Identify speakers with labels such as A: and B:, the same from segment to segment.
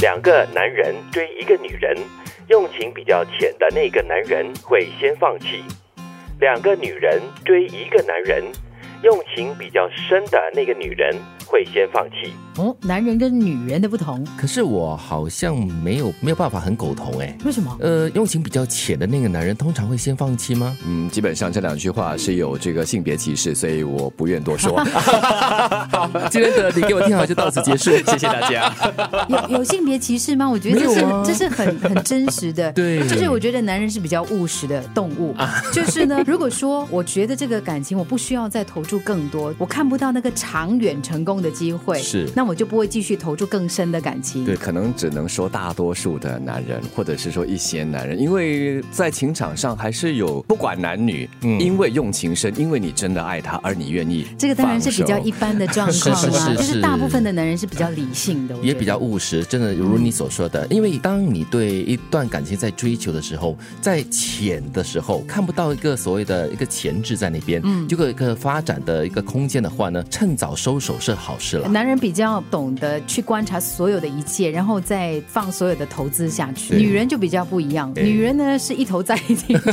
A: 两个男人追一个女人，用情比较浅的那个男人会先放弃；两个女人追一个男人，用情比较深的那个女人会先放弃。
B: 哦，男人跟女人的不同，
C: 可是我好像没有没有办法很苟同哎。
B: 为什 么？
C: 呃，用情比较浅的那个男人通常会先放弃 吗？
D: 嗯，基本上这两句话是有这个性别歧视，所以我不愿 多说。
C: 今天的你给我听好就到此结 束，谢谢大家。
B: 有有性别歧视吗？我觉得这
C: 没
B: 是、
C: 有啊
B: 这是很很真实的，
C: 对啊
B: 就是我觉得男人是比较务实的动物， 就是呢，如果说我觉得这个感情我不需要再投注更多，我看不到那个长远成功的机会，
C: 是
B: 那我就不会继续投注更深的感情。
D: 对，可能只能说大多数的男人，或者是说一些男人，因为在情场上还是有不管男女，因为用情深，因为你真的爱他，而你愿意，
B: 嗯这个当然是比较一。般的状况
C: 是是
B: 啦，
C: 是
B: 就是
C: 是
B: 大部分的男人是比较理性的，我觉得
C: 也比较务实，真的如你所说的，因为当你对一段感情在追求的时候，在浅的时候看不到一个所谓的一个潜质在那边，嗯，这个一个发展的一个空间的话呢，趁早收手是好事了。
B: 男人比较懂得去观察所有的一切，然后再放所有的投资下去。
C: 对
B: 女人就比较不一样，女人呢是一头栽进 去，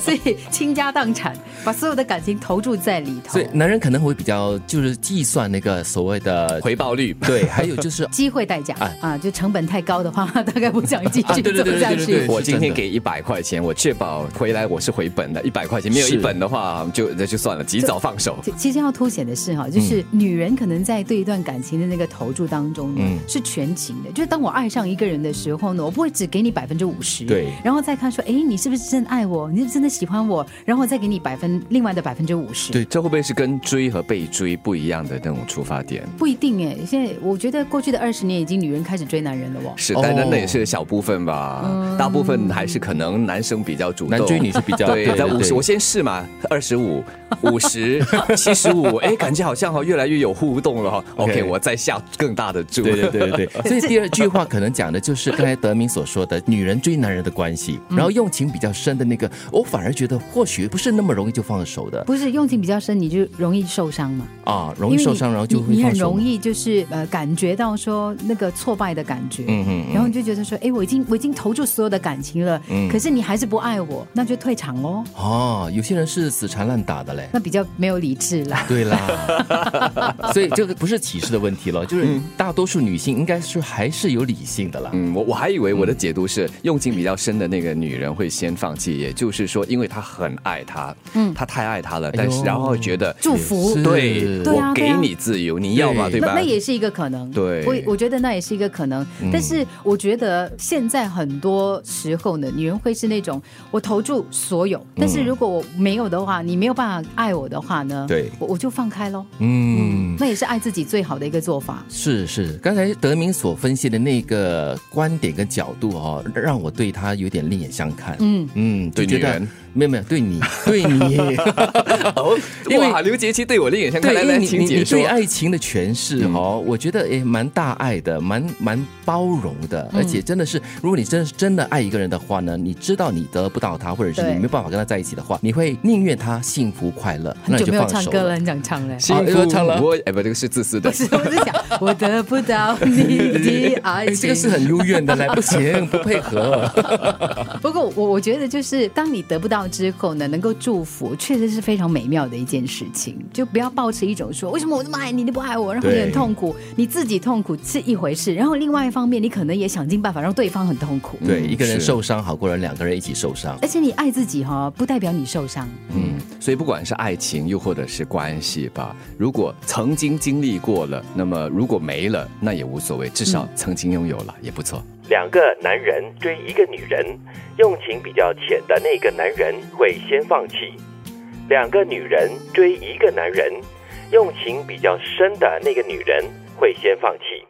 B: 所以倾家荡产，把所有的感情投注在里头
C: 所以。男人可能会比较就是计算那个所谓的
D: 回报率
C: 对，还有就是
B: 机会代价
C: 哎
B: 啊，就成本太高的话，大概不想继
C: 啊
B: 续
C: 对对对
B: 走下
C: 对对对
B: 去
C: 对。
D: 我今
C: 是
D: 天
C: 真的
D: 给一百块钱，我确保回来我是回本的，一百块钱没有一
C: 是
D: 本的话，就那就算了，及早放手。
B: 其其实要凸显的是
D: 嗯
B: 哈，就是女人可能在对一段感情的那个投注当中呢，
D: 嗯
B: 是全情的。就是当我爱上一个人的时候呢，我不会只给你百分之五十，
C: 对
B: 然后再看说，哎，你是不是真爱我？你是真的喜欢我？然后再给你百分另外的百分之五十，
D: 对，这会不会是跟追和被追不一样的那种出发点？
B: 不一定哎。现在我觉得过去的二十年，已经女人开始追男人了哦。
D: 是，
C: 哦
D: 但那那也是小部分吧，大部分还是可能男生比较主动，
C: 男追女是比较
D: 对，
C: 对
D: 在
C: 对
D: 五十，
C: 对
D: 我先试嘛，二十五、五十、七十五，哎，感觉好像哈越来越有互动了哈。OK，
C: OK
D: 我再下更大的注。
C: 对对对对对，所以第二句话可能讲的就是刚才德明所说的女人追男人的关系，然后用情比较深的那个，我反而觉得或许不是那么容易就放手的
B: 不是用情比较深，你就容易受伤嘛，
C: 啊，容易受伤，
B: 因为你
C: 然后就
B: 你
C: 会
B: 你
C: 放
B: 很
C: 手
B: 容。易就是呃感觉到说那个挫败的感觉，
C: 嗯嗯嗯嗯
B: 然后你就觉得说，哎，我已经我已经投注所有的感情了，可是你还是不爱我，那就退场喽，
C: 哦，有些人是死缠烂打的嘞。
B: 那比较没有理智 啦。
C: 对啦，所以这个不是歧视的问题了，就是大多数女性应该是还是有理性的啦。
D: 嗯，我我还以为我的解读是用情比较深的那个女人会先放弃，也就是说，因为她很爱他，嗯，她太爱他了，但是
C: 哎呦
D: 然后觉得
B: 祝福
C: 是
D: 对
B: 对啊
D: 我
B: 对
D: 给
B: 啊
D: 你自由，你要嘛，
C: 对
D: 对吧
B: 那那？也是一个可能，
D: 对
B: 我我觉得那也是一个可能。
C: 嗯
B: 但是我觉得现在很多时候呢，女人会是那种我投注所有，
C: 嗯
B: 但是如果我没有的话，你没有办法爱我的话呢，
C: 对
B: 我我就放开喽。
C: 嗯，
B: 那也是爱自己最好的一个做法。
C: 是是，刚才德明所分析的那个观点跟角度哦，让我对他有点另眼相看。嗯嗯，就
D: 对
C: 觉
D: 女
C: 得
D: 人
C: 没有没有，对你对你，
D: 哦，
C: 因为
D: 哇，刘杰奇对我另眼相看，来
C: 对，因
D: 来，
C: 为你
D: 请
C: 你
D: 解
C: 你
D: 说
C: 对。爱情的诠释
D: 嗯
C: 哦，我觉得诶蛮大爱的，蛮蛮包容的，
B: 嗯
C: 而且真的是，如果你真的是真的爱一个人的话呢，你知道你得不到他，或者是
B: 对
C: 你没有办法跟他在一起的话，你会宁愿他幸福快乐，
B: 很
C: 那你
B: 久
C: 就
B: 没有
C: 放
B: 唱
C: 手
B: 歌了，
C: 了。
B: 很想唱嘞。
D: 幸
C: 啊又
D: 福
C: 要唱了
D: 嗯我哎不，这个是自私 的
B: 不。是，我是想，我得不到你 的爱
C: 哎，
B: 情。
C: 这个是很幽怨的嘞，不行，不配合。
B: 不过我我觉得就是当你得不到之后呢，能够祝福，确实是非常美妙的一件事情。就不要抱持一种说为什么我这么爱你，你不爱我，然后你
C: 对
B: 很痛苦，你自己痛苦是一回事，然后另外一方面，你可能也想尽办法让对方很痛苦。
C: 对，一个人
D: 是
C: 受伤好过人两个人一起受伤。
B: 而且你爱自己哈、不代表你受伤。
D: 嗯，所以不管是爱情，又或者是关系吧，如果曾经经历过了，那么如果没了，那也无所谓，至少曾经拥有了也不错。
A: 两个男人追一个女人，用情比较浅的那个男人会先放弃；两个女人追一个男人，用情比较深的那个女人会先放弃。